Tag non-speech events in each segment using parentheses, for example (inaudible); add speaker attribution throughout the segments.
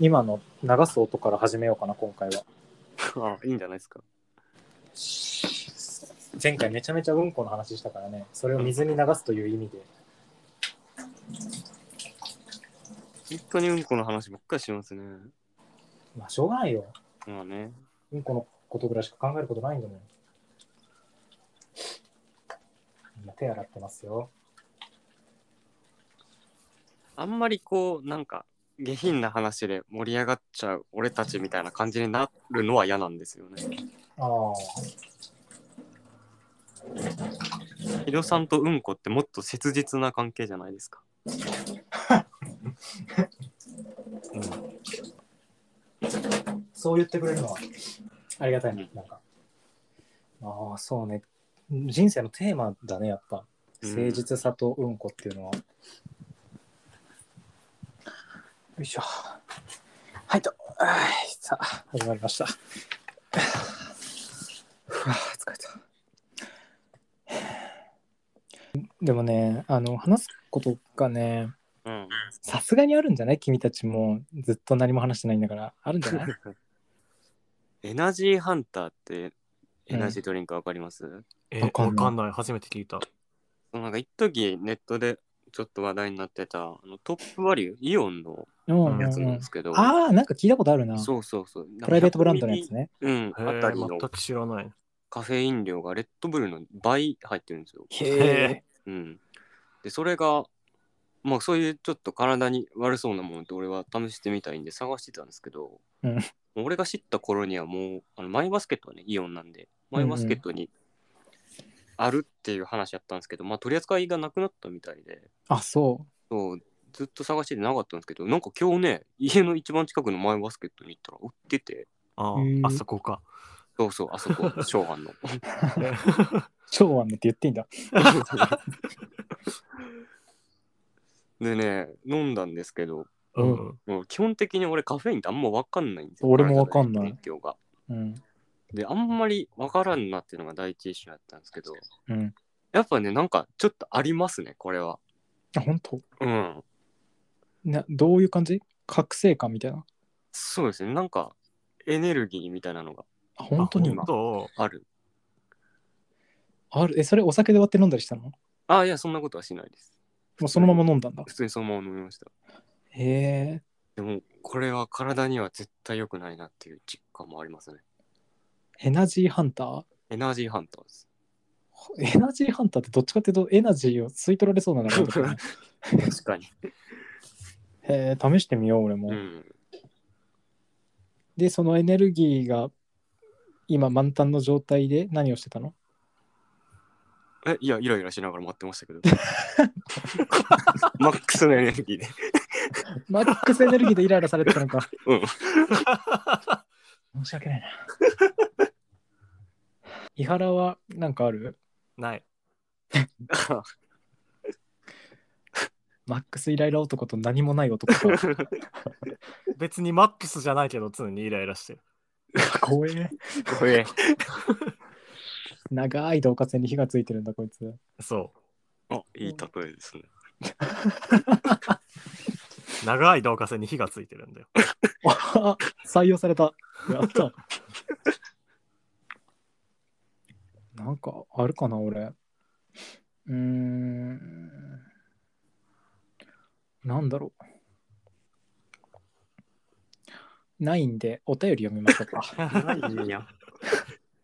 Speaker 1: 今の流す音から始めようかな、今回は。
Speaker 2: あいいんじゃないですか。
Speaker 1: 前回めちゃめちゃうんこの話したからね、それを水に流すという意味で。
Speaker 2: 本当にうんこの話ばっかりしますね。
Speaker 1: まあ、しょうがないよ。
Speaker 2: まあね。
Speaker 1: うんこのことぐらいしか考えることないんだもん。今手洗ってますよ。
Speaker 2: あんまりこう、なんか、下品な話で盛り上がっちゃう俺たちみたいな感じになるのは嫌なんですよね。
Speaker 1: ああ、
Speaker 2: ヒロさんとうんこってもっと切実な関係じゃないですか。
Speaker 1: そう言ってくれるのはありがたいね、なんか。ああ、そうね。人生のテーマだね、やっぱ。
Speaker 2: うん
Speaker 1: 誠実さとうんこっていうのは。よいしょ。はいと。はいさあ、始まりました。ふわ疲れた。でもね、あの、話すことがね、
Speaker 2: うん。
Speaker 1: さすがにあるんじゃない君たちもずっと何も話してないんだから、あるんじゃ
Speaker 2: (laughs)
Speaker 1: ない
Speaker 2: エナジーハンターってエナジードリンクわかります、
Speaker 3: え
Speaker 1: わかんない
Speaker 3: わかんない。初めて聞いた。
Speaker 2: なんか一時ネットでちょっと話題になってたあのトップバリューイオンの
Speaker 1: うんうん
Speaker 2: やつ
Speaker 1: う
Speaker 2: なん
Speaker 1: ん
Speaker 2: ですけど、
Speaker 1: ああ、なんか聞いたことあるな。
Speaker 2: そうそうそう
Speaker 1: プライベートブランドのやつね。
Speaker 2: うん
Speaker 3: へ
Speaker 2: あたり
Speaker 3: ー
Speaker 2: の
Speaker 3: 全く知らない。
Speaker 2: カフェイン量がレッドブルの倍入ってるんですよ、
Speaker 3: へ
Speaker 2: うん、でそれがまあそういうちょっと体に悪そうなものって俺は試してみたいんで探してたんですけど、
Speaker 1: うん
Speaker 2: 俺が知った頃にはもうあのマイバスケットはねイオンなんでマイバスケットにあるっていう話やったんですけど、まあ取り扱いがなくなったみたいで
Speaker 1: あ、そ
Speaker 2: そうずっと探しててなかったんですけどなんか今日ね家の一番近くのマイバスケットに行ったら売ってて
Speaker 3: あ
Speaker 1: う
Speaker 3: ー
Speaker 1: ん
Speaker 3: あそこか。
Speaker 2: そうそうあそこ
Speaker 1: (laughs)
Speaker 2: 長安の
Speaker 1: う。超安のって言っていいん
Speaker 2: (laughs)
Speaker 1: だ。
Speaker 2: でね飲んだんですけど
Speaker 3: うん。
Speaker 2: もう基本的に俺カフェインってあんま分かんないんですよ。
Speaker 1: 俺も分かんない
Speaker 2: 影響が。
Speaker 1: うん。
Speaker 2: で、あんまり分からんなっていうのが第一印象だったんですけど、
Speaker 1: うん。
Speaker 2: やっぱね、なんかちょっとありますね、これは。
Speaker 1: あ、本当
Speaker 2: うん。
Speaker 1: などういう感じ覚醒感みたいな。
Speaker 2: そうですね、なんかエネルギーみたいなのが
Speaker 1: あ、本当に
Speaker 3: あ本
Speaker 2: ある。
Speaker 1: ある。え、それお酒で割って飲んだりしたのも
Speaker 2: あ、いや、そんなことはしないです。
Speaker 1: うそのまま飲んだんだ。
Speaker 2: 普通にそのまま飲みました。
Speaker 1: へえ。
Speaker 2: でも、これは体には絶対良くないなっていう実感もありますね。
Speaker 1: エナジーハンター
Speaker 2: エナジーハンターです。
Speaker 1: エナジーハンターってどっちかっていうとエナジーを吸い取られそうな名前だからね
Speaker 2: 確かに。
Speaker 1: へえ、試してみよう、俺も。
Speaker 2: うん。
Speaker 1: で、そのエネルギーが今満タンの状態で何をしてたの
Speaker 2: え、いや、イライラしながら待ってましたけど。 (laughs) マックスのエネルギーで。
Speaker 1: マックスエネルギーでイライラされてたのか。
Speaker 2: うん。
Speaker 1: (laughs) 申
Speaker 3: 当
Speaker 1: し訳ないな。 (laughs) 伊原はなんかある
Speaker 3: ない。
Speaker 1: マックスイライラ男と何もない男か。 (laughs)
Speaker 3: 別にマックスじゃないけど、常にイライラしてる。
Speaker 1: 怖え。
Speaker 2: これ
Speaker 1: 長い導火線に火がついてるんだ、こいつ。
Speaker 3: そ
Speaker 2: あ、いい例えですね。
Speaker 3: う。長い導火線に火がついてるんだよ。
Speaker 1: あ採用された。やった。なんかあるかな、俺。うーん。なんだろう。ないんで、お便り読みましょうか。 (laughs)
Speaker 2: いや。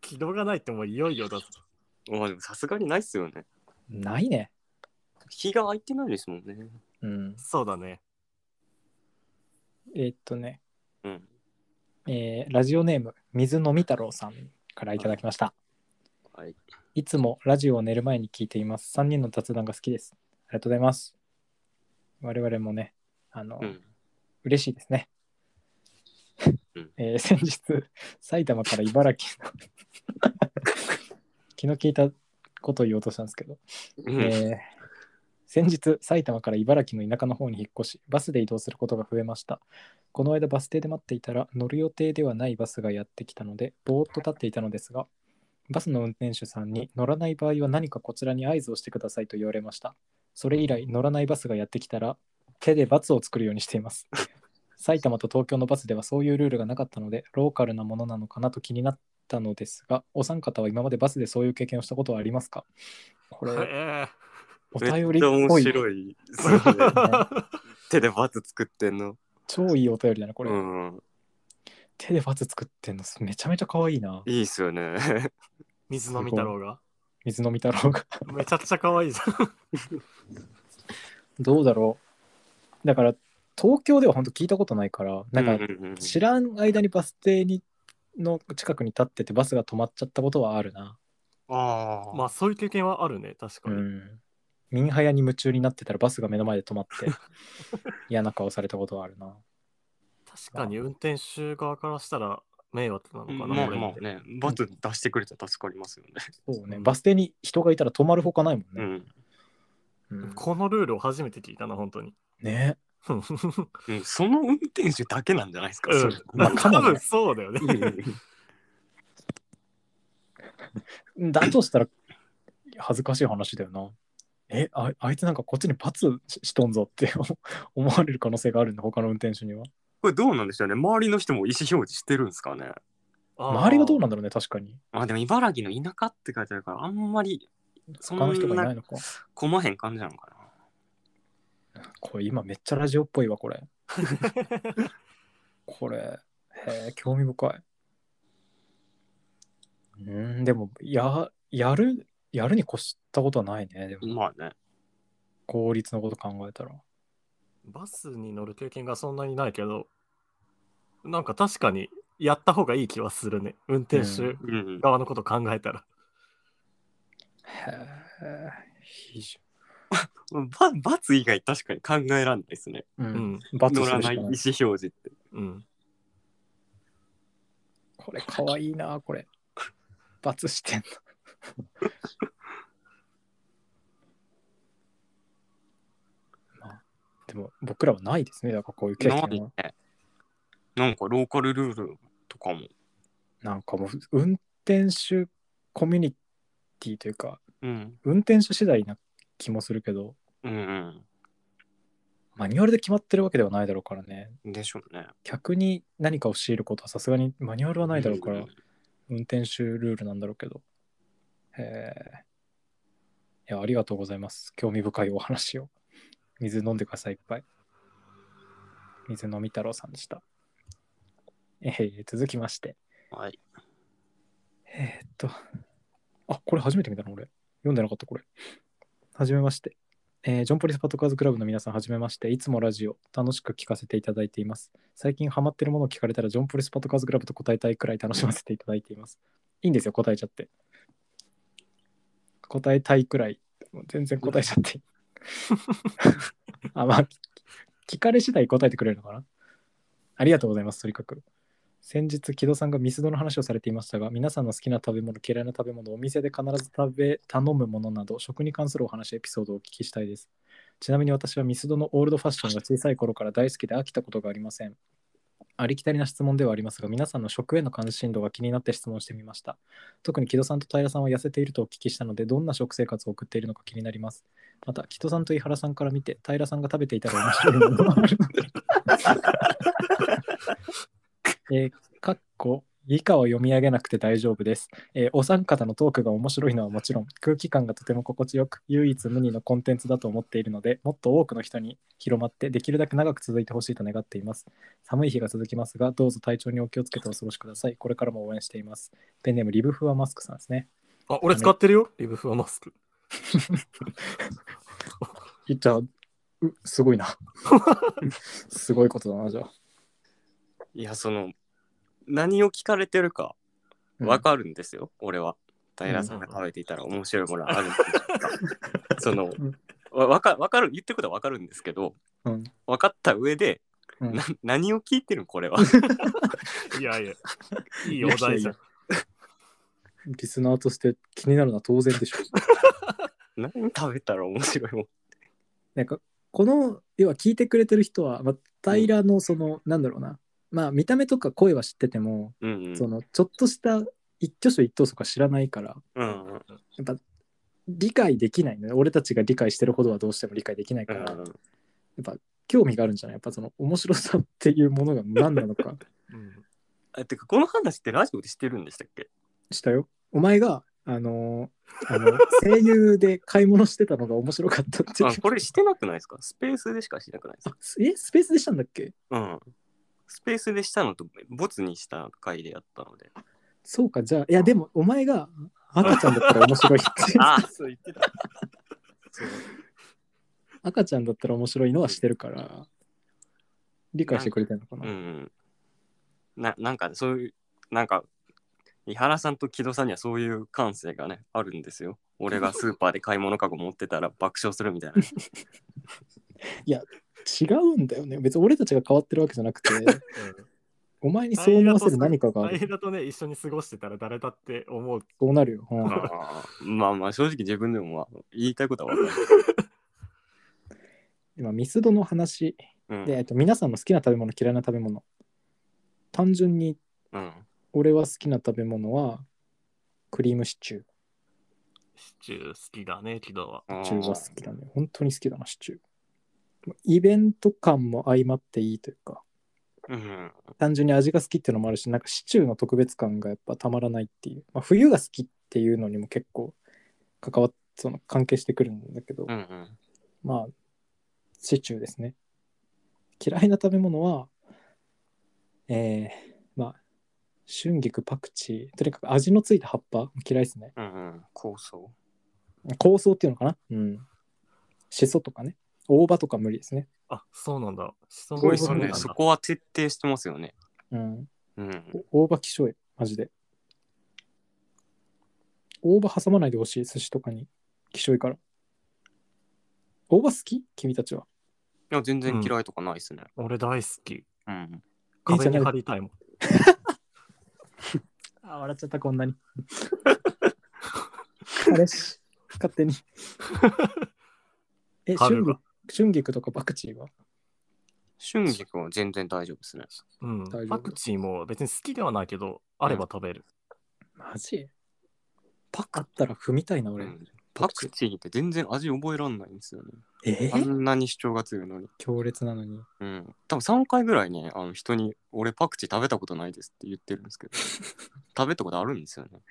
Speaker 3: 軌道がないってもういよいよだぞ。
Speaker 2: (laughs) まあでもさすがにないっすよね。
Speaker 1: ないね。
Speaker 2: 日が空いてないですもんね。
Speaker 1: うん。
Speaker 3: そうだね。
Speaker 1: えーっとね。
Speaker 2: うん。
Speaker 1: えーラジオネーム水飲み太郎さんからいただきました、
Speaker 2: はい。
Speaker 1: い、つもラジオを寝る前に聞いています3人の雑談が好きですありがとうございます我々もねあの、
Speaker 2: うん。
Speaker 1: 嬉しいですね、
Speaker 2: うん
Speaker 1: (laughs) えー先日埼玉から茨城の (laughs) 昨日聞いたことを言おうとしたんですけど
Speaker 2: うん。
Speaker 1: えー先日埼玉から茨城の田舎の方に引っ越しバスで移動することが増えましたこの間バス停で待っていたら乗る予定ではないバスがやってきたのでぼーっと立っていたのですがバスの運転手さんに乗らない場合は何かこちらに合図をしてくださいと言われました。それ以来、乗らないバスがやってきたら手で罰を作るようにしています。 (laughs) 埼玉と東京のバスではそういうルールがなかったので、ローカルなものなのかなと気になったのですが、お三方は今までバスでそういう経験をしたことはありますかこ
Speaker 3: え
Speaker 1: れ、
Speaker 3: え
Speaker 1: お
Speaker 2: め
Speaker 1: 便
Speaker 2: っ
Speaker 1: り
Speaker 2: ちゃ
Speaker 1: っぽ
Speaker 2: 面
Speaker 1: い。(laughs)
Speaker 2: 白い。そうね手でバツ作ってんの。
Speaker 1: 超いいお便りだな、これ。
Speaker 2: うん。
Speaker 1: 手でバツ作ってんの、めちゃめちゃ可愛いな。
Speaker 2: いいっすよね。
Speaker 3: 水飲み太郎が。
Speaker 1: 水飲み太郎が。 (laughs)
Speaker 3: めちゃくちゃ可愛いじゃん。
Speaker 1: どうだろう。だから、東京では本当聞いたことないから、なんか、
Speaker 2: うううん
Speaker 1: 知らん間にバス停にの近くに立っててバスが止まっちゃったことはあるな。
Speaker 2: ああ。
Speaker 3: まあそういう経験はあるね、確か
Speaker 1: う
Speaker 3: に。
Speaker 1: ん。ミンハヤに夢中になってたらバスが目の前で止まって (laughs) 嫌な顔されたことはあるな。
Speaker 3: 確かに運転手側からしたら迷惑なのかな、
Speaker 2: まあ
Speaker 3: これ
Speaker 2: まあね、バツ出してくれたら助かりますよね。
Speaker 1: そうね。
Speaker 3: うん
Speaker 1: バス停に人がいたら止まるほかないもん
Speaker 2: う
Speaker 1: ね。
Speaker 2: ん。
Speaker 1: うん
Speaker 3: このルールを初めて聞いたな、本当に。
Speaker 1: ね。
Speaker 2: うん、その運転手だけなんじゃないですか。
Speaker 3: うん
Speaker 2: それ
Speaker 1: まあか
Speaker 3: 多
Speaker 1: もね
Speaker 3: 分そうだよね。
Speaker 1: だとしたら恥ずかしい話だよな。えあ、あいつなんかこっちに罰ししとんぞって (laughs) 思われる可能性があるんだ、他の運転手には。
Speaker 2: (laughs) これどうなんでしょうね。周りの人も意思表示してるんですかね。
Speaker 1: 周りがどう
Speaker 3: な
Speaker 1: なんだろうね、確かに。
Speaker 2: まあでも茨城の田舎って書いてあるから、あんまりそ
Speaker 1: 他
Speaker 2: んな
Speaker 1: の人がいないのか。
Speaker 2: こまへん感じなのかな。
Speaker 1: これ今めっちゃラジオっぽいわこれこれへえ興味深いうんでもややるやるに越したことはないねでも
Speaker 2: まあね。
Speaker 1: 効率のこと考えたら
Speaker 3: バスに乗る経験がそんなにないけど、なんか確かにやった方がいい気はするね。運転手
Speaker 2: うん。
Speaker 3: 側のこと考えたら。
Speaker 1: へえ非常
Speaker 2: ババツ以外確かに考えらんないですね。
Speaker 1: う、
Speaker 3: うんん。
Speaker 1: バツ
Speaker 2: 乗
Speaker 1: す
Speaker 2: ら
Speaker 1: るし
Speaker 2: ない意
Speaker 1: かない
Speaker 2: 思表示って。
Speaker 3: うん。
Speaker 1: これかわいいなこれバツしてんの (laughs) まあでも僕らはないですねだからこういう経験
Speaker 2: な
Speaker 1: はい
Speaker 2: ね。なんかローカルルールとかも。
Speaker 1: なんかもう運転手コミュニティというか
Speaker 2: うん。
Speaker 1: 運転手次第な気もするけど
Speaker 2: うん
Speaker 1: マニュアルで決まってるわけではないだろうからね
Speaker 2: うん。でしょうね。
Speaker 1: 客に何かを強いることはさすがにマニュアルはないだろうから、
Speaker 2: ん
Speaker 1: 運転手ルールなんだろうけどへえいやありがとうございます興味深いお話を水飲んでくださいいっぱい水飲み太郎さんでしたえー続きまして
Speaker 2: はい。
Speaker 1: えーっと、あ、これ初めて見たの俺。読んでなかった、これ。はじめまして。えージョンポリスパトカーズクラブの皆さん、はじめまして。いつもラジオ、楽しく聞かせていただいています。最近ハマってるものを聞かれたら、ジョンポリスパトカーズクラブと答えたいくらい楽しませていただいています。いいんですよ、答えちゃって。答えたいくらい、全然答えちゃっていい。あ、まあ、聞かれ次第答えてくれるのかなありがとうございます、とにかく。先日木戸さんがミスドの話をされていましたが皆さんの好きな食べ物嫌いな食べ物お店で必ず食べ頼むものなど食に関するお話エピソードをお聞きしたいですちなみに私はミスドのオールドファッションが小さい頃から大好きで飽きたことがありませんありきたりな質問ではありますが皆さんの食への関心度が気になって質問してみました特に木戸さんと平さんは痩せているとお聞きしたのでどんな食生活を送っているのか気になりますまた木戸さんと井原さんから見て平さんが食べていたら面白いものがあるのでえーかっこ以下を読み上げなくて大丈夫です、えーお三方のトークが面白いのはもちろん空気感がとても心地よく唯一無二のコンテンツだと思っているのでもっと多くの人に広まってできるだけ長く続いてほしいと願っています寒い日が続きますがどうぞ体調にお気をつけてお過ごしくださいこれからも応援していますペンネームリブフワマスクさんですね
Speaker 3: あ、俺使ってるよ、リブフはマスク。
Speaker 1: いっちゃうすごいな (laughs) すごいことだなじゃあ
Speaker 2: いや、その、何を聞かれてるかわかるんですよ、俺は。平さんが食べていたら面白いものある (laughs) んですかその
Speaker 1: うん、
Speaker 2: わわかわかる、言ってることはわかるんですけど、
Speaker 1: うん
Speaker 2: 分かった上で、
Speaker 1: うん
Speaker 2: な何を聞いてるのこれは。 (laughs)
Speaker 3: いやいや、いいお題じゃん。
Speaker 1: リスナーとして気になるのは当然でしょう
Speaker 2: 何食べたら面白いもん。
Speaker 1: なんかこの要は聞いてくれてる人は、まあ、平のその、なんだろうなまあ見た目とか声は知ってても、
Speaker 2: うんうん
Speaker 1: そのちょっとした一挙手一投足は知らないから、
Speaker 2: うんうん
Speaker 1: やっぱ理解できないのよ俺たちが理解してるほどはどうしても理解できないから、やっぱ興味があるんじゃないやっぱその面白さっていうものが何なの (laughs) か
Speaker 3: うん
Speaker 2: あてかこの話ってラジオでしてるんでしたっけ
Speaker 1: したよ。お前が、あのーあの声優で買い物してたのが面白かったって
Speaker 2: あこれしてなくないですかスペースでしかしてなくないですか
Speaker 1: あえスペースでしたんだっけ
Speaker 2: うん。スペースでしたのとボツにした回でやった
Speaker 1: (laughs)
Speaker 2: ので。
Speaker 1: そうかじゃあいやでもお前が赤ちゃんだったら面白いって
Speaker 2: あそう言ってた。そう
Speaker 1: 赤ちゃんだったら面白いのはしてるから理解してくれてるのかな、
Speaker 2: うん。ななんかそういう、なんか、井原さんと木戸さんにはそういう感性がね、あるんですよ。俺がスーパーで買い物かご持ってたら爆笑するみたいな。
Speaker 1: 違うんだよね別に俺たちが変わってるわけじゃなくてお前にそう思わせる何かがあ
Speaker 3: 大変
Speaker 1: る
Speaker 3: だとね、一緒に過ごしてたら誰だって思う。
Speaker 1: そうなるよ、うん
Speaker 2: あーまあまあ、正直自分でも、まあ、言いたいことは分かる。
Speaker 1: 今ミスドの話
Speaker 2: うん
Speaker 1: で、えっと、皆さんの好きな食べ物嫌いな食べ物単純に
Speaker 2: うん、
Speaker 1: 俺は好きな食べ物はクリームシチュー
Speaker 3: シチュー好きだね、木戸は。
Speaker 1: シチューが好きだね本当に好きだなシチューイベント感も相まっていいというか
Speaker 2: うん。
Speaker 1: 単純に味が好きっていうのもあるしなんかシチューの特別感がやっぱたまらないっていう、まあ、冬が好きっていうのにも結構関わっその関係してくるんだけど、
Speaker 2: うんうん。
Speaker 1: まあシチューですね嫌いな食べ物はえー、まあ春菊パクチーとにかく味のついた葉っぱ嫌いですね
Speaker 2: うんうん。構想。
Speaker 1: 香草っていうのかなうんしそとかね大葉とか無理ですね
Speaker 3: あ、そうなんだ。シソ
Speaker 2: す
Speaker 3: も
Speaker 2: ごいで
Speaker 1: そ
Speaker 2: す
Speaker 1: うなん
Speaker 2: ね
Speaker 1: だ。
Speaker 2: そこは徹底してますよね。
Speaker 1: うん
Speaker 2: うん。
Speaker 1: お大葉希少よマジで大葉挟まないでほしい寿司とかに希少いから大葉好き君たちはい
Speaker 2: や、全然嫌いとかないですね。
Speaker 3: 俺大好き。
Speaker 2: うん。
Speaker 1: いいじ
Speaker 3: 壁
Speaker 1: ゃな
Speaker 3: に
Speaker 1: い
Speaker 3: 貼りたいもん。
Speaker 1: あ笑っちゃったこんなに (laughs) 彼氏勝手にえ春
Speaker 3: 春が
Speaker 1: 菊春菊とかパクチーは
Speaker 2: 春菊は全然大丈夫ですね。
Speaker 3: うん
Speaker 1: 大丈夫。
Speaker 3: パクチーも別に好きではないけど、あれば食べる。
Speaker 1: マジパクあったら踏みたいな俺、
Speaker 2: うんパクチーって全然味覚えらんないんですよね。
Speaker 1: え
Speaker 2: あんなに主張が強いのに。
Speaker 1: 強烈なのに
Speaker 2: うん。多分3回ぐらいね、あの人に、俺パクチー食べたことないですって言ってるんですけど、食べたことあるんですよね。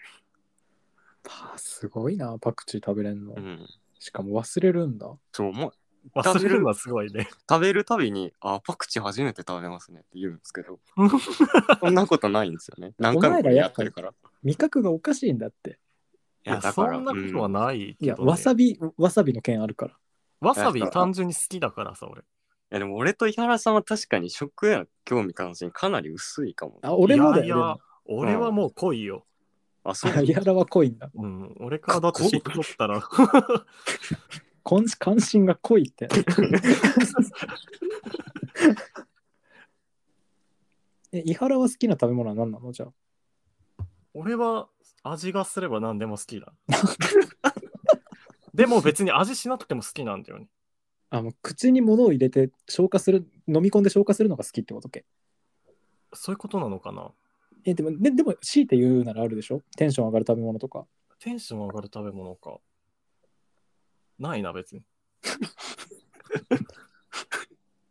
Speaker 1: パすごいなパクチー食べれんの、
Speaker 2: うん。
Speaker 1: しかも忘れるんだ
Speaker 2: そう、もう
Speaker 3: 忘れるのはすごいね。
Speaker 2: 食べるたびに、あ、パクチー初めて食べますねって言うんですけど、そんなことないんですよね。何回
Speaker 1: お前
Speaker 2: も
Speaker 1: らや
Speaker 2: や
Speaker 1: っ
Speaker 2: っ
Speaker 1: ぱ
Speaker 2: て
Speaker 1: り
Speaker 2: るから。い
Speaker 1: 味覚がおかしいんだって
Speaker 3: いや、
Speaker 2: だ
Speaker 3: そ
Speaker 2: から
Speaker 3: んなことはない
Speaker 1: い
Speaker 3: け
Speaker 1: や、
Speaker 3: どね。
Speaker 1: わさび、わさびの件あるから。
Speaker 3: わさび単純に好きだからさ、俺。
Speaker 2: やでも俺と井原さんは確かに食への興味関心かなり薄いかも。
Speaker 1: あ、俺もだ
Speaker 3: いやいや
Speaker 1: よ。
Speaker 3: 俺はもう濃いよ。
Speaker 2: あ、そ
Speaker 1: で
Speaker 2: う
Speaker 1: も。ハリハラは濃いんだ。
Speaker 3: うん、俺からだって知取ったら。 (laughs)
Speaker 1: こん関心が濃いって。 (laughs) え、伊原は好きな食べ物は何なのじゃあ。
Speaker 3: 俺は味がすれば何でも好きだ。でも別に味しなくても好きなんだよね。
Speaker 1: あの、口に物を入れて消化する、飲み込んで消化するのが好きってことけ。
Speaker 3: そういうことなのかな
Speaker 1: え、でも、ででも、強いて言うならあるでしょテンション上がる食べ物とか。
Speaker 3: テンション上がる食べ物か。ないな、別に。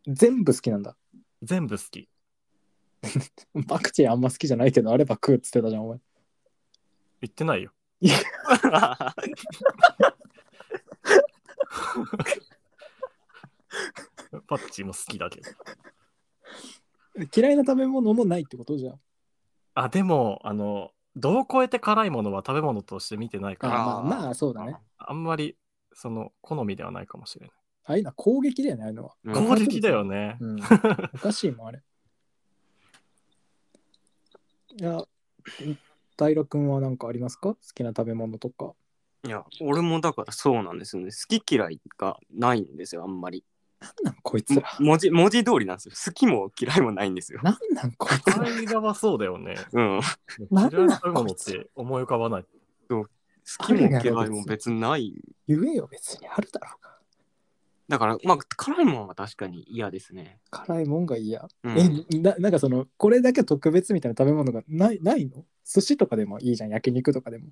Speaker 1: 全部好きなんだ。
Speaker 3: 全部好き。
Speaker 1: パクチーあんま好きじゃないけど、あれば食うっつってたじゃん、お前。
Speaker 3: 言ってないよ。パクチーも好きだけど。
Speaker 1: 嫌いな食べ物もないってことじゃあ。
Speaker 3: あ、でも、あの、度を超えて辛いものは食べ物として見てないから、
Speaker 1: あまあまあそうだね。
Speaker 3: あんまり、その、好みではないかもしれない。
Speaker 1: ああいうのは攻撃だよね、ああいうのは。
Speaker 2: (laughs) うん
Speaker 3: 攻撃だよね。
Speaker 1: (laughs) うん、おかしいもんあれ。いや、平君は何かありますか好きな食べ物とか。
Speaker 2: いや、俺もだからそうなんですよね。好き嫌いがないんですよ、あんまり。
Speaker 1: なんなんこいつ
Speaker 2: も
Speaker 1: ら。
Speaker 2: 文字文字通りなんですよ。好きも嫌いもないんですよ。
Speaker 1: なんなんこいつ (laughs) ら。
Speaker 3: 映画はそうだよね。
Speaker 2: うん。
Speaker 1: な
Speaker 2: 好
Speaker 3: 嫌
Speaker 1: ん
Speaker 3: い
Speaker 1: なん
Speaker 3: な食べ物って思い浮かばない。
Speaker 2: きも嫌いも別にない。
Speaker 1: 言えよ、別にあるだろうが。
Speaker 2: だから、まあ、辛いもんは確かに嫌ですね。
Speaker 1: 辛いもんが嫌。
Speaker 2: うん
Speaker 1: えな、なんかその、これだけ特別みたいな食べ物がないないの寿司とかでもいいじゃん、焼肉とかでも。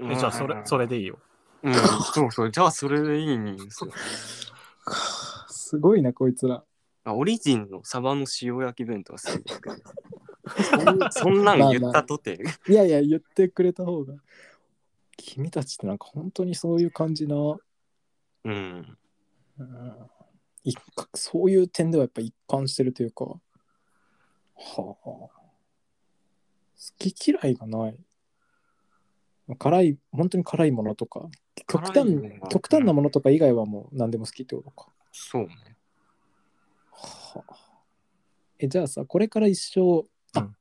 Speaker 3: えじゃあそれ、それでいいよ。
Speaker 2: うん、そうそう、じゃあそれでいいんですよ。
Speaker 1: すごいな、こいつ (laughs) ら。
Speaker 2: あオリジンのサバの塩焼き弁当は好きですけど。 (laughs) そんそんなん言ったとて。
Speaker 1: いやいや、言ってくれた方が。君たちってなんか本当にそういう感じな、
Speaker 2: うん。
Speaker 1: うん、一貫そういう点ではやっぱ一貫してるというか。はあ。好き嫌いがない。辛い、本当に辛いものとか、極
Speaker 2: 辛
Speaker 1: 端
Speaker 2: いものが
Speaker 1: 極端なものとか以外はもう何でも好きってことか。
Speaker 2: そうね。
Speaker 1: はあ、えじゃあさこれから一生あ、
Speaker 3: うん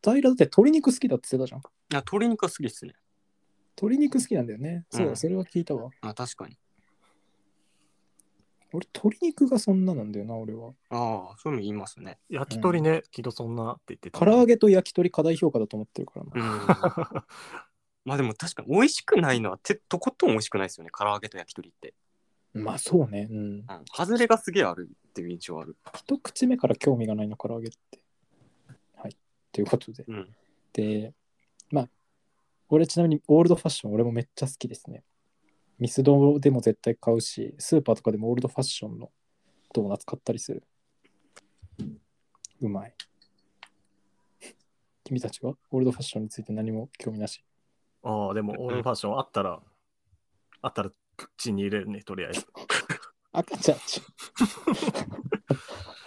Speaker 1: 平だって鶏肉好きだって言ってたじゃん
Speaker 2: あ、鶏肉は好きですね。
Speaker 1: 鶏肉好きなんだよねそうだ、
Speaker 2: うん
Speaker 1: それは聞いたわ
Speaker 2: あ、確かに。
Speaker 1: 俺鶏肉がそんななんだよな俺は
Speaker 2: ああ、そういうの言いますね。
Speaker 3: 焼き鳥ね、木戸そんなって言ってた。
Speaker 1: 唐揚げと焼き鳥過大評価だと思ってるからな、 (laughs)
Speaker 2: うん。まあでも確かに美味しくないのはてとことん美味しくないですよね。唐揚げと焼き鳥って。
Speaker 1: まあそうねうん
Speaker 2: うん。外れがすげえあるっていう印象ある。
Speaker 1: 一口目から興味がないの唐揚げってはいということで
Speaker 2: うん。
Speaker 1: でまあ俺ちなみにオールドファッション俺もめっちゃ好きですねミスドでも絶対買うしスーパーとかでもオールドファッションのドーナツ買ったりするうまい (laughs) 君たちはオールドファッションについて何も興味なし
Speaker 3: ああ、でもオールファッションあったら、あったら口に入れるね、とりあえず。
Speaker 1: 赤ちゃん
Speaker 3: (laughs)
Speaker 1: ち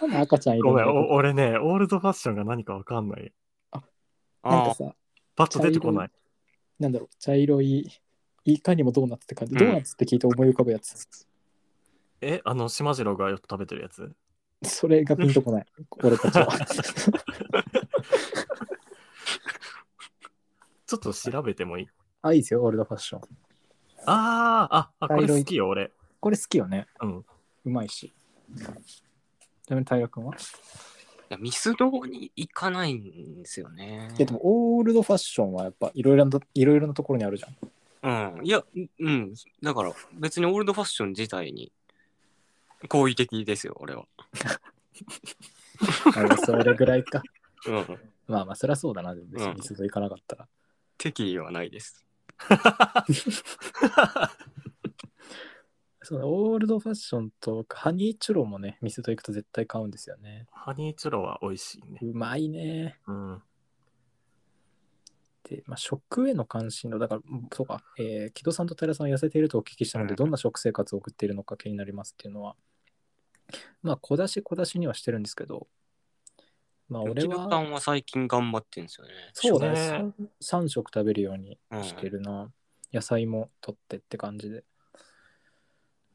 Speaker 1: なんで赤ちゃんいる
Speaker 3: ご
Speaker 1: ん
Speaker 3: め
Speaker 1: だ
Speaker 3: ん、お
Speaker 1: よ
Speaker 3: 俺ね、オールドファッションが何かわかんない。
Speaker 1: なん
Speaker 2: あ
Speaker 1: か
Speaker 2: あ、
Speaker 1: さ
Speaker 3: パッと出てこない。
Speaker 1: なんだろう茶色いいかにもドーナツって感じ、
Speaker 2: うん
Speaker 1: ドーナツって聞いて思い浮かぶやつ
Speaker 3: え、あの、島次郎がよく食べてるやつ
Speaker 1: それがピンとこない俺たちは
Speaker 3: ちょっと調べてもいい
Speaker 1: (laughs) あいいですよオールドファッション
Speaker 3: ああ、あ、あこ
Speaker 1: 茶
Speaker 3: れ
Speaker 1: 色い
Speaker 3: 好きよ、俺。
Speaker 1: これ好きよね。
Speaker 3: うん。
Speaker 1: うまいし。ちなみに平君は、
Speaker 2: いやミスドに行かないんですよね。
Speaker 1: えでもオールドファッションはやっぱいろいろないろいろなところにあるじゃん。
Speaker 2: うん。いや、うん。だから別にオールドファッション自体に好意的ですよ、俺は。
Speaker 1: あれそれぐらいか。 (laughs)
Speaker 2: うん。
Speaker 1: まあまあそりゃそうだな。でも別
Speaker 2: う
Speaker 1: に
Speaker 2: ん
Speaker 1: ミスド行かなかったら。
Speaker 2: 敵意はないです。
Speaker 1: そうだオールドファッションとハニーチュロもね、ミスド行くと絶対買うんですよね。
Speaker 3: ハニーチュロは美味しいね。
Speaker 1: うまいね。
Speaker 3: うん。
Speaker 1: で、まあ、食への関心度、だから、うんそうか、えー、木戸さんと平さんは痩せているとお聞きしたので、
Speaker 2: うん
Speaker 1: どんな食生活を送っているのか気になりますっていうのは、まあ、小出し小出しにはしてるんですけど、まあ、俺
Speaker 2: 木田さ
Speaker 1: は、
Speaker 2: んは最近頑張ってんですよね。
Speaker 1: そうだ
Speaker 3: そ
Speaker 1: ね、3食食べるように
Speaker 2: うん
Speaker 1: してるな。野菜も取ってって感じで。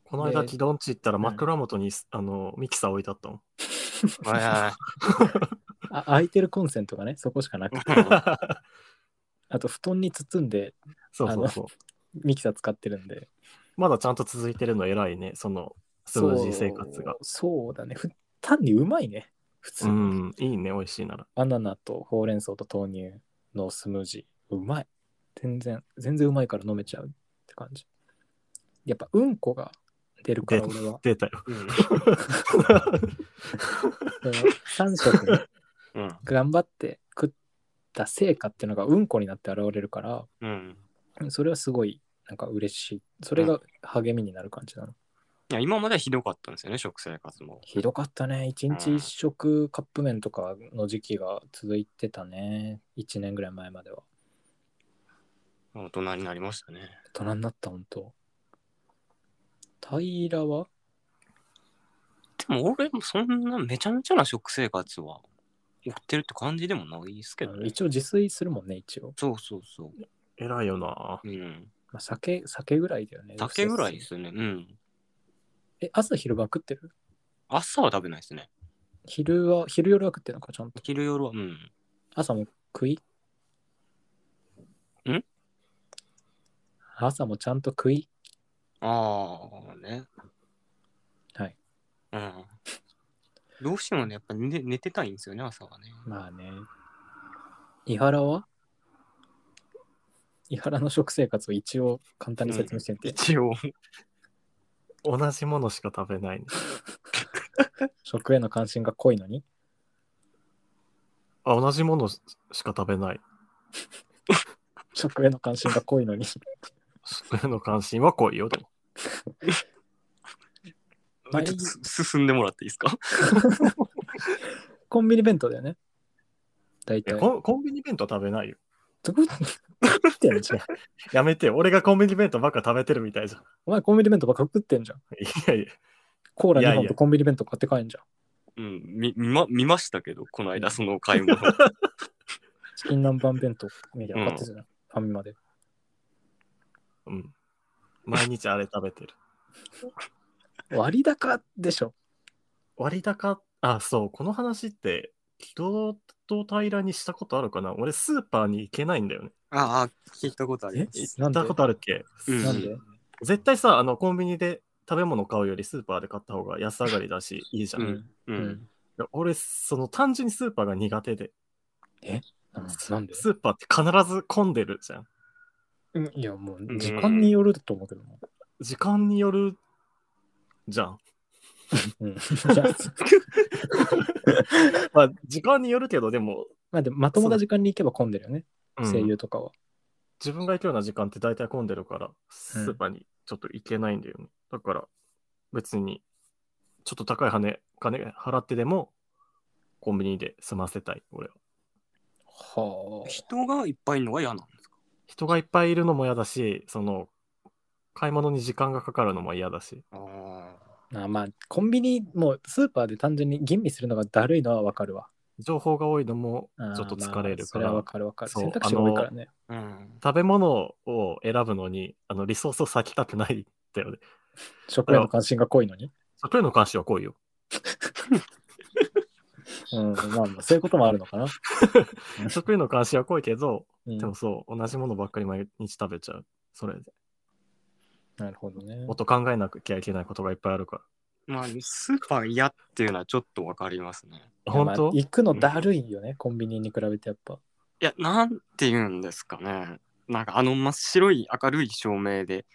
Speaker 3: この間、
Speaker 1: で
Speaker 3: 木戸んち行ったら
Speaker 1: うん
Speaker 3: 枕元に、あの、ミキサー置いてあっ
Speaker 1: (laughs)
Speaker 3: たの。
Speaker 2: はいは
Speaker 1: あ、空いてるコンセントがね、そこしかなくて、
Speaker 2: いはい
Speaker 1: あと、布団に包んで
Speaker 3: そうそうそう。
Speaker 1: ミキサー使ってるんで、
Speaker 3: まだちゃんと続いてるの偉いね、そのスムージー生活が。
Speaker 1: そうそうだね、ふ単にうまいね、普通
Speaker 3: う
Speaker 1: に。
Speaker 3: ん、いいね、美味しいなら。
Speaker 1: バナナとほうれん草と豆乳のスムージー。うまい。全然、全然うまいから飲めちゃうって感じ。やっぱうんこが出るから
Speaker 3: 出
Speaker 1: 俺は。
Speaker 3: 出
Speaker 1: (laughs)
Speaker 3: たよ。
Speaker 2: うん
Speaker 1: 3食ね、
Speaker 2: うん。
Speaker 1: 頑張って食った成果っていうのがうんこになって現れるから、
Speaker 2: うん。
Speaker 1: それはすごいなんか嬉しい。それが励みになる感じなの。
Speaker 2: いや、今まではひどかったんですよね、食生活も。
Speaker 1: ひどかったね。1日1食カップ麺とかの時期が続いてたね。1年ぐらい前までは。
Speaker 2: 大人になりましたね。
Speaker 1: 大人になった、本当平は
Speaker 2: でも俺もそんなめちゃめちゃな食生活は追ってるって感じでもないですけど
Speaker 1: うん
Speaker 2: ね。
Speaker 1: 一応自炊するもんね一応、
Speaker 2: そうそうそ
Speaker 3: 偉いよな。
Speaker 2: う。うん。
Speaker 1: まあ、酒酒ぐらいだよね
Speaker 2: 酒ぐらい
Speaker 1: 節
Speaker 2: で
Speaker 1: 々
Speaker 2: すよね。うん。
Speaker 1: え朝昼晩食ってる
Speaker 2: 朝は食べないですね。
Speaker 1: 昼は昼夜は食ってるのかちゃんと
Speaker 2: 昼夜は、うん。
Speaker 1: 朝も食い
Speaker 2: ん
Speaker 1: 朝もちゃんと食い
Speaker 2: ああ、ね。
Speaker 1: はい。
Speaker 2: うん。どうしてもね、やっぱ寝寝てたいんですよね、朝はね。
Speaker 1: まあね伊原は伊原の食生活を一応簡単に説明してみて、
Speaker 2: 一応。
Speaker 3: 同じものしか食べないね、
Speaker 1: 食への関心が濃いのに
Speaker 3: あ、同じものしか食べない。
Speaker 1: 食への関心が濃いのに (laughs)
Speaker 3: それの関心は濃いよ、でも。
Speaker 2: もうちょっとす進んでもらっていいですか
Speaker 1: コンビニ弁当だよね大
Speaker 3: い
Speaker 1: 体
Speaker 3: やコンコンビニ弁当食べないよ。
Speaker 1: どこ食ってんのじゃ (laughs) ん
Speaker 3: やめてよ。俺がコンビニ弁当ばっか食べてるみたいじゃん。 (laughs)
Speaker 1: お前コンビニ弁当ばっか食ってんじゃん
Speaker 3: いやいや。
Speaker 1: コーラ
Speaker 3: いや
Speaker 1: 2
Speaker 3: いや
Speaker 1: 本とコンビニ弁当買って帰んじゃん
Speaker 2: うん見見ま、見ましたけど、この間その買い物。
Speaker 1: チキン南蛮弁当みたいなの買ってたじゃん、ファミマで
Speaker 3: うん。毎日あれ食べてる。
Speaker 1: 割高でしょ
Speaker 3: 割高、あ、そう、この話って、軌道と平らにしたことあるかな俺、スーパーに行けないんだよね。
Speaker 2: ああ、聞いたことあります。
Speaker 1: な
Speaker 3: 行
Speaker 1: ん
Speaker 3: っ
Speaker 1: で
Speaker 3: たことあるっけ、
Speaker 2: うん
Speaker 1: なんで
Speaker 3: 絶対さ、あの、コンビニで食べ物買うよりスーパーで買った方が安上がりだし、いいじゃん。い
Speaker 2: ん。う。
Speaker 1: うんん
Speaker 3: や俺、その、単純にスーパーが苦手で、
Speaker 1: なんで
Speaker 3: スーパーって必ず混んでるじゃん。
Speaker 1: うんいやもう
Speaker 2: うん
Speaker 1: 時間によると思うけども
Speaker 3: 時間によるじゃ
Speaker 1: (laughs)
Speaker 3: ん。
Speaker 1: うんい
Speaker 3: (laughs)
Speaker 1: や
Speaker 3: まあ、時間によるけど、でも、
Speaker 1: まあでもまともな時間に行けば混んでるよね
Speaker 3: うん
Speaker 1: 声優とかは
Speaker 3: 自分が行くような時間って大体混んでるから、スーパーにちょっと行けないんだよね。だから、別に、ちょっと高い羽金払ってでも、コンビニで済ませたい、俺は。
Speaker 1: はあ
Speaker 2: 人がいっぱいいるのが嫌なんですか
Speaker 3: 人がいっぱいいるのも嫌だし、その、買い物に時間がかかるのも嫌だし。
Speaker 2: あ
Speaker 1: あまあコンビニもうスーパーで単純に吟味するのがだるいのはわかるわ
Speaker 3: 情報が多いのも
Speaker 1: あー
Speaker 3: ちょっと疲れる
Speaker 1: まあそ
Speaker 3: か
Speaker 1: れは
Speaker 3: ら、
Speaker 1: わかるわかる
Speaker 3: そう
Speaker 1: 選択肢多いからね
Speaker 2: あ。うん。
Speaker 3: 食べ物を選ぶのに、あの、リソースを割きたくないんだよね。
Speaker 1: 食への関心が濃いのに
Speaker 3: 食への関心は濃いよ。
Speaker 1: うんまあまあそういうこともあるのかな
Speaker 3: 食への関心は濃いけど、
Speaker 1: うん
Speaker 3: でもそう、同じものばっかり毎日食べちゃう。それで。
Speaker 1: なるほどね
Speaker 3: もっと考えなきゃいけないことがいっぱいあるか
Speaker 2: まあ、スーパー嫌っていうのはちょっとわかりますね。
Speaker 3: ら。本
Speaker 1: ま
Speaker 3: 当
Speaker 1: あ行くのだるいよねコンビニに比べてやっぱ
Speaker 2: いや、なんて言うんですかね。なんかあの真っ白い明るい照明で、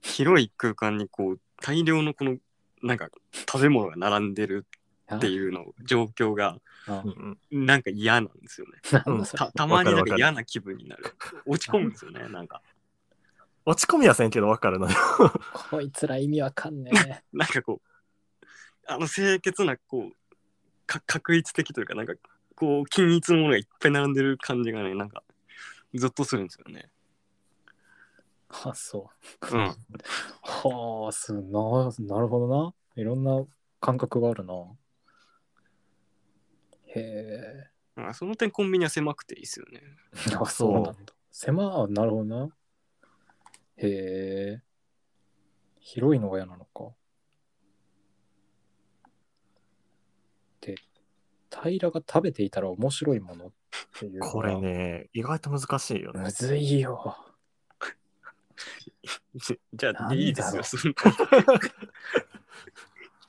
Speaker 2: 広い空間にこう、大量のこの、なんか食べ物が並んでるっていうの状況が
Speaker 1: あ
Speaker 3: うんうん
Speaker 2: なんか嫌なんですよね。
Speaker 1: なんだそれ
Speaker 2: たたまになん
Speaker 3: わかるわか
Speaker 2: か
Speaker 3: る
Speaker 2: 嫌な気分になる。落ち込むんですよね、なんか。
Speaker 3: 落ち込みはせんけど分かるな。
Speaker 1: こいつら意味わかんね (laughs) え
Speaker 2: なんかこう、あの清潔な、こう、か確一的というか、なんか、こう、均一のものがいっぱい並んでる感じがね、なんか、ゾッとするんですよね。
Speaker 1: あそう
Speaker 2: うん。
Speaker 1: はあすななるほどないろんな感覚があるなへ
Speaker 2: まあその点コンビニは狭くていいですよね。
Speaker 1: え (laughs) あそうなんだ狭いなるほどなへえ広いのが嫌なのかで平が食べていたら面白いものっていうのが
Speaker 3: (laughs) これね、意外と難しいよね。
Speaker 1: むずいよ
Speaker 2: じじゃ
Speaker 1: なんだろ
Speaker 2: あ、
Speaker 1: う
Speaker 2: いいですよ。その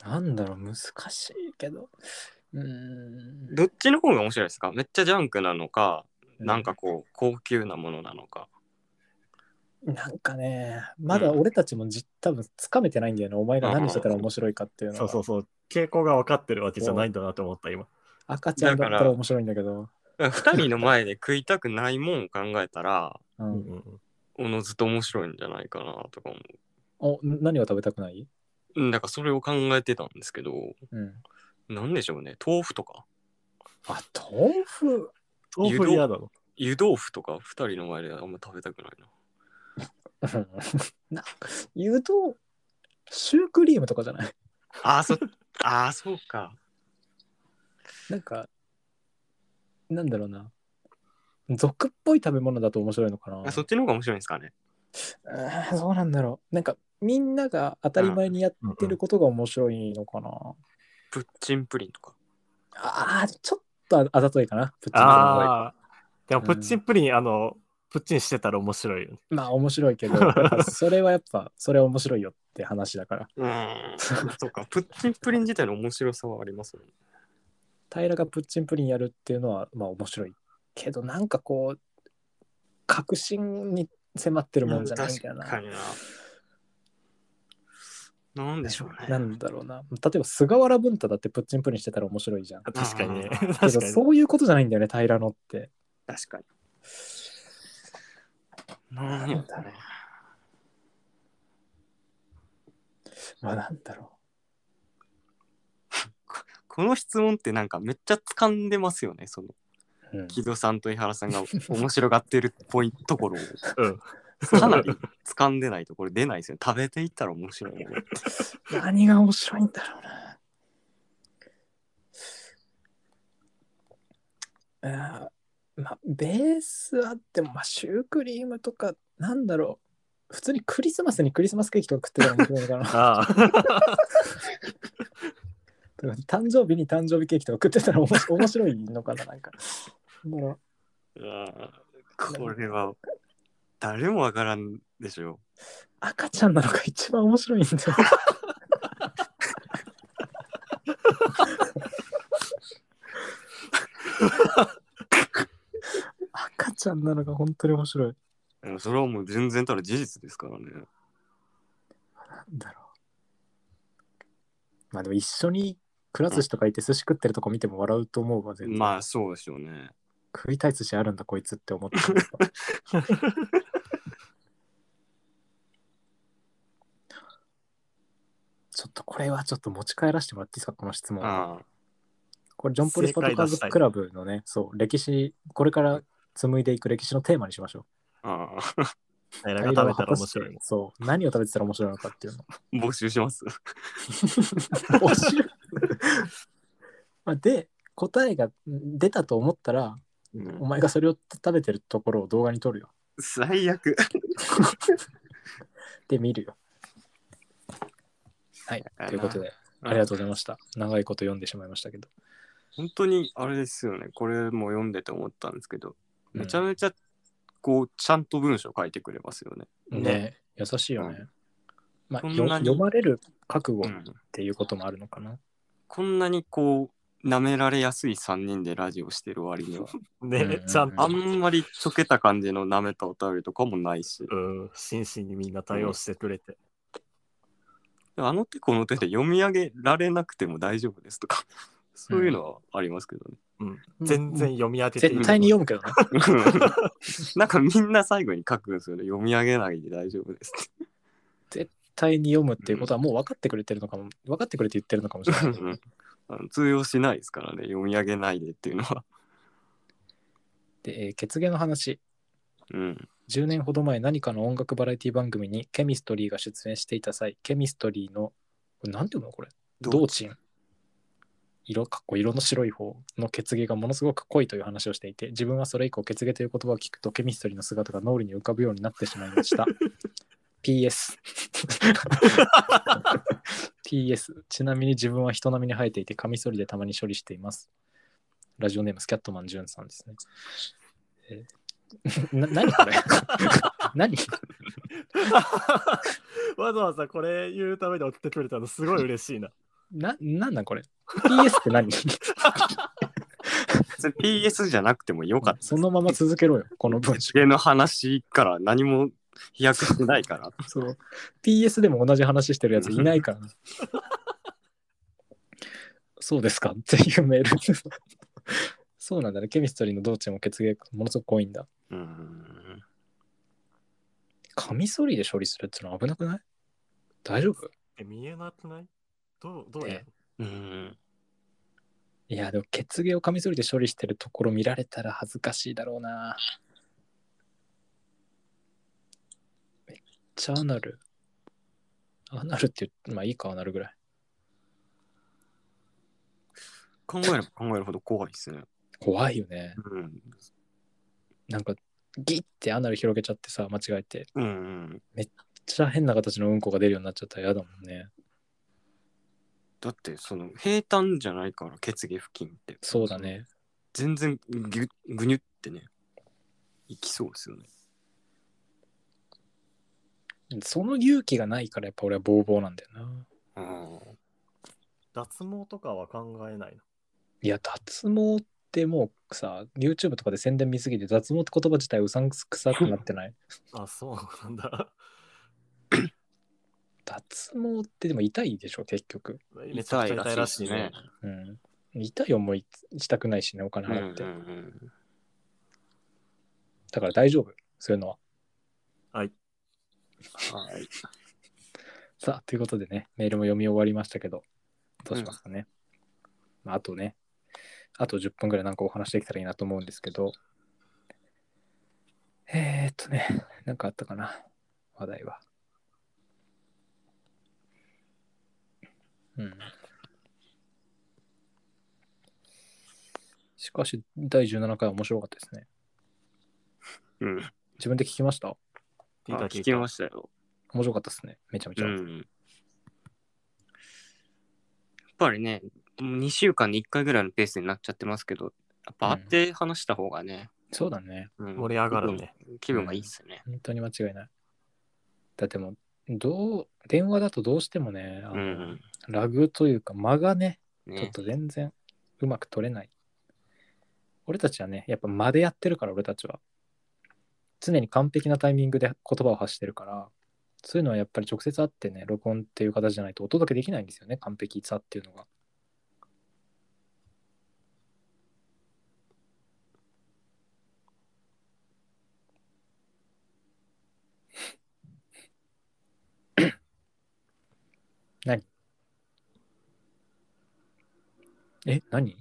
Speaker 2: (laughs)
Speaker 1: なんだろう難しいけどうーん
Speaker 2: どっちの方が面白いですかめっちゃジャンクなのか、なんかこう、高級なものなのか。
Speaker 1: なんかねまだ俺たちもじ多分つかめてないんだよねお前が何してたら面白いかっていうの
Speaker 3: そ
Speaker 1: は
Speaker 3: うそうそう。傾向が分かってるわけじゃないんだなと思った、今。
Speaker 1: 赤ちゃんだったら面白いんだけど
Speaker 2: 2人の前で食いたくないもんを考えたら、
Speaker 1: う
Speaker 3: うん
Speaker 1: ん
Speaker 3: うん
Speaker 2: おのずと面白いんじゃないかなとか思。
Speaker 1: お何が食べたくないう
Speaker 2: うんだからそれを考えてたんですけど、
Speaker 1: うん
Speaker 2: なんでしょうね。豆腐とか、
Speaker 1: あ豆腐 (laughs)
Speaker 3: 豆腐嫌だろ。
Speaker 2: 湯豆腐とか2人の前であんま食べたくない
Speaker 1: う
Speaker 2: な。
Speaker 1: んな言うとシュークリームとかじゃない (laughs)
Speaker 2: あーそ、あーそうか。
Speaker 1: なんかなんだろうな俗っぽい食べ物だと面白いのかな
Speaker 2: あそっちの方が面白いんですかね。
Speaker 1: あーそうなんだろうなんかみんなが当たり前にやっ
Speaker 3: うんうん
Speaker 1: てることが面白いのかな、
Speaker 2: プッチンプリンとか。
Speaker 1: ああちょっとああざといかなプッチンプリンの方が
Speaker 3: ああ。でも、プッチンプリン、あの、プッチンしてたら面白いよね。
Speaker 1: まあ面白いけどやっぱそれはやっぱそれは面白いよって話だから
Speaker 2: うーん。そうか。プッチンプリン自体の面白さはありますよね。
Speaker 1: 平がプッチンプリンやるっていうのはまあ面白いけどなんかこう確信に迫ってるもんじゃないみたいな
Speaker 2: 確かにな。なんでしょう
Speaker 1: な
Speaker 2: ね。
Speaker 1: んだろうな。例えば、菅原文太だってプッチンプリンしてたら面白いじゃん。
Speaker 3: 確かにね。
Speaker 2: あ
Speaker 3: (laughs) 確か
Speaker 1: け
Speaker 3: に
Speaker 1: ど、そういうことじゃないんだよね、平野って。
Speaker 2: 確かに。なんやったね。
Speaker 1: まあ、なんだろ
Speaker 2: この質問ってなんかめっちゃ掴んでますよね。その
Speaker 1: う。うん
Speaker 2: 木戸さんと井原さんが面白がってるっぽいところを
Speaker 3: うん。
Speaker 2: かなり掴んでないとこれ出ないですよね。食べていったら面白いものって。
Speaker 1: 何が面白いんだろうな。あーまあ、ベースあっても、まあ、シュークリームとか、なんだろう。普通にクリスマスにクリスマスケーキとか食ってたら面白いのかな
Speaker 3: ああ。
Speaker 1: (laughs) とか。誕生日に誕生日ケーキとか食ってたらおもし面白いのかな、なんか。なんだろ
Speaker 2: これは誰もわからんでしょ
Speaker 1: う赤ちゃんなのが一番面白いんだよ。赤ちゃんなのが本当に面白い。
Speaker 2: う。でもそれはもう全然たる事実ですからね。
Speaker 1: なんだろう。まあでも一緒にくら寿司とか行って寿司食ってるとこ見ても笑うと思うわ、全然。
Speaker 2: まあそうでしょうね。
Speaker 1: 食いたい寿司あるんだ、こいつって思ってた
Speaker 3: (laughs)
Speaker 1: やっぱちょっとこれはちょっと持ち帰らせてもらっていいですか、この質問。
Speaker 2: ああ
Speaker 1: これ、ジョンポール・ポトカーズ・クラブのね、そう、歴史、これから紡いでいく歴史のテーマにしましょう。
Speaker 2: ああ
Speaker 3: (laughs) 平らが食べたら面白いもん。
Speaker 1: そう、何を食べてたら面白いのかっていうの。
Speaker 2: (laughs) 募集します。
Speaker 1: 面
Speaker 3: (laughs)
Speaker 1: 白いまあで、答えが出たと思ったら、
Speaker 2: うん
Speaker 1: お前がそれを食べてるところを動画に撮るよ。
Speaker 2: 最悪。
Speaker 1: (laughs) で、見るよ。はい、ということで、ありがとうございました。長いこと読んでしまいましたけど。
Speaker 2: 本当にあれですよねこれも読んでて思ったんですけど、
Speaker 1: うん
Speaker 2: めちゃめちゃこうちゃんと文章書いてくれますよね。
Speaker 1: ね、優しいよね。まあ、
Speaker 2: こん
Speaker 1: よ
Speaker 2: なに
Speaker 1: 読まれる覚
Speaker 2: う
Speaker 1: 悟っ
Speaker 2: ん
Speaker 1: ていうこともあるのかな。
Speaker 2: こんなにこう舐められやすい3人でラジオしてる割には
Speaker 3: ね、ちゃん
Speaker 2: あ
Speaker 3: と。
Speaker 2: んまりちょけた感じの舐めたお便りとかもないし
Speaker 3: うん。真摯にみんな対応してくれて。
Speaker 2: あの手この手で読み上げられなくても大丈夫ですとかそういうのはありますけどね。
Speaker 3: 全然読み当てていい
Speaker 1: 絶対に読むけ
Speaker 2: (laughs)
Speaker 1: どね。
Speaker 2: なんかみんな最後に書くんですよね読み上げないで大丈夫ですっ
Speaker 1: 絶対に読むっていうことはもう分かってくれてるのかも、分かってくれて言ってるのかもしれ (laughs)
Speaker 2: て
Speaker 1: な
Speaker 2: う
Speaker 1: い
Speaker 2: ん。あの通用しないですからね読み上げないでっていうのは。
Speaker 1: で、えー、血芸の話。
Speaker 2: うん
Speaker 1: 10年ほど前何かの音楽バラエティ番組にケミストリーが出演していた際、ケミストリーの、これなんて読むのこれ道珍。色かっこ色の白い方の血芸がものすごく濃いという話をしていて、自分はそれ以降血芸という言葉を聞くとケミストリーの姿が脳裏に浮かぶようになってしまいました。PS。PS。ちなみに自分は人並みに生えていて、カミソリでたまに処理しています。ラジオネームスキャットマンジュンさんですね。えー (laughs) な何これ何
Speaker 3: (laughs) わざわざこれ言うために送ってくれたのすごい嬉しいな。
Speaker 1: な、なんなんこれ ?PS って何
Speaker 2: それ PS じゃなくてもよかった。
Speaker 1: そのまま続けろよ、この文章。
Speaker 2: 手芸の話から何も飛躍してないから。
Speaker 1: そう。PS でも同じ話してるやついない (laughs) からな。そうですかっていうメール。 (laughs) そうなんだね。ケミストリーの道中も血芸ものすごく多いんだ。
Speaker 2: うーん。
Speaker 1: カミソリで処理するってのは危なくない大丈夫
Speaker 3: え、見えなくないどう、どうや
Speaker 1: え
Speaker 2: うーん。
Speaker 1: いや、でも血芸をカミソリで処理してるところ見られたら恥ずかしいだろうな。めっちゃアナル。アナルって言って、まあいいか、アナルぐらい。
Speaker 2: 考えれば考えるほど怖いですね。
Speaker 1: 怖いよね。
Speaker 2: うん。
Speaker 1: なんか、ギッてアナル広げちゃってさ、間違えて。
Speaker 2: うん、うん。
Speaker 1: めっちゃ変な形のうんこが出るようになっちゃったら嫌だもんね。
Speaker 2: だって、その、平坦じゃないから、血芸付近って。
Speaker 1: そうだ。ね。
Speaker 2: 全然ぐ、ぐにゅってね、いきそうですよね。
Speaker 1: その勇気がないからやっぱ俺はボーボーなんだよな。
Speaker 2: あ
Speaker 3: 脱毛とかは考えないの。
Speaker 1: いや、脱毛ってもうさ、YouTube とかで宣伝見すぎて脱毛って言葉自体
Speaker 2: (laughs)
Speaker 1: うさんくさくなってない。
Speaker 3: あ、そうなんだ。
Speaker 1: 脱毛ってでも痛いでしょ、結局。
Speaker 3: めちゃくちゃ痛いらしい
Speaker 2: 痛いら
Speaker 3: ね
Speaker 2: し。
Speaker 1: うん。痛い思いしたくないしね、お金
Speaker 2: うん
Speaker 1: 払って。
Speaker 2: うんうん
Speaker 1: だから大丈夫、そういうのは。
Speaker 2: はい
Speaker 1: さあ、ということでね、メールも読み終わりましたけど、どうしますかね。まあ、あとね、あと10分ぐらいなんかお話できたらいいなと思うんですけど、えー、っとね、なんかあったかな、話題は。うん。しかし、第17回は面白かったですね。
Speaker 2: うん
Speaker 1: 自分で聞きました
Speaker 3: 聞い
Speaker 2: あ
Speaker 3: た
Speaker 2: 聞
Speaker 3: 聞
Speaker 2: き
Speaker 3: い
Speaker 2: ましたよ。
Speaker 1: 面白かったですね。めちゃめち
Speaker 2: う
Speaker 1: ゃ。
Speaker 2: ん。やっぱりね、2週間に1回ぐらいのペースになっちゃってますけど、やっぱ会って話した方がね、
Speaker 1: そうだね。
Speaker 2: うん
Speaker 3: た。盛り上がるね。
Speaker 2: 気分がいいっすね。
Speaker 1: 本当に間違いない。だってもう、どう、電話だとどうしてもね、あの
Speaker 2: うんうん。
Speaker 1: ラグというか間がね、ちょっ
Speaker 2: ね。
Speaker 1: と全然うまく取れない。俺たちはね、やっぱ間でやってるから、俺たちは。常に完璧なタイミングで言葉を発してるから、そういうのはやっぱり直接会ってね、録音っていう形じゃないとお届けできないんですよね、完璧さっていうのが。何え、何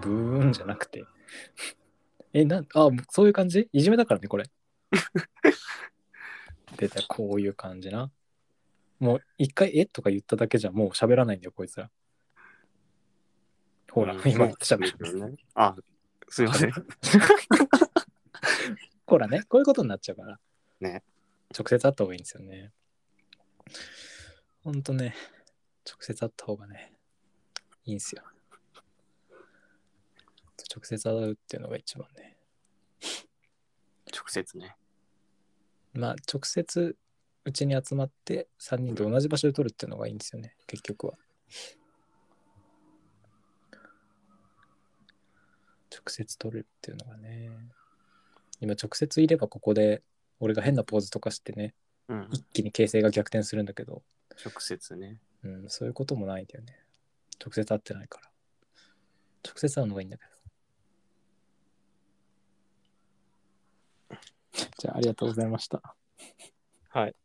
Speaker 1: ブーンじゃなくて。え、なん、あ、もうそういう感じいじめだからね、これ。出た、こういう感じな。もう、一回、えとか言っただけじゃ、もう喋らないんだよ、こいつら。ほら、今言って喋る。
Speaker 2: る。あ、すいません。
Speaker 1: ほらね、こういうことになっちゃうから。
Speaker 2: ね。
Speaker 1: 直接会った方がいいんですよね。ほんとね、直接会った方がね、いいんですよ。直接会うっていうのが一番ね。
Speaker 2: 直接ね。
Speaker 1: まあ、直接、うちに集まって、3人と同じ場所で撮るっていうのがいいんですよね、結局は。直接撮るっていうのがね。今、直接いればここで、俺が変なポーズとかしてね、
Speaker 2: うん。
Speaker 1: 一気に形勢が逆転するんだけど、
Speaker 2: 直接ね。
Speaker 1: うん、そういうこともないんだよね。直接会ってないから。直接会うのがいいんだけど。じゃあ、ありがとうございました。
Speaker 2: はい。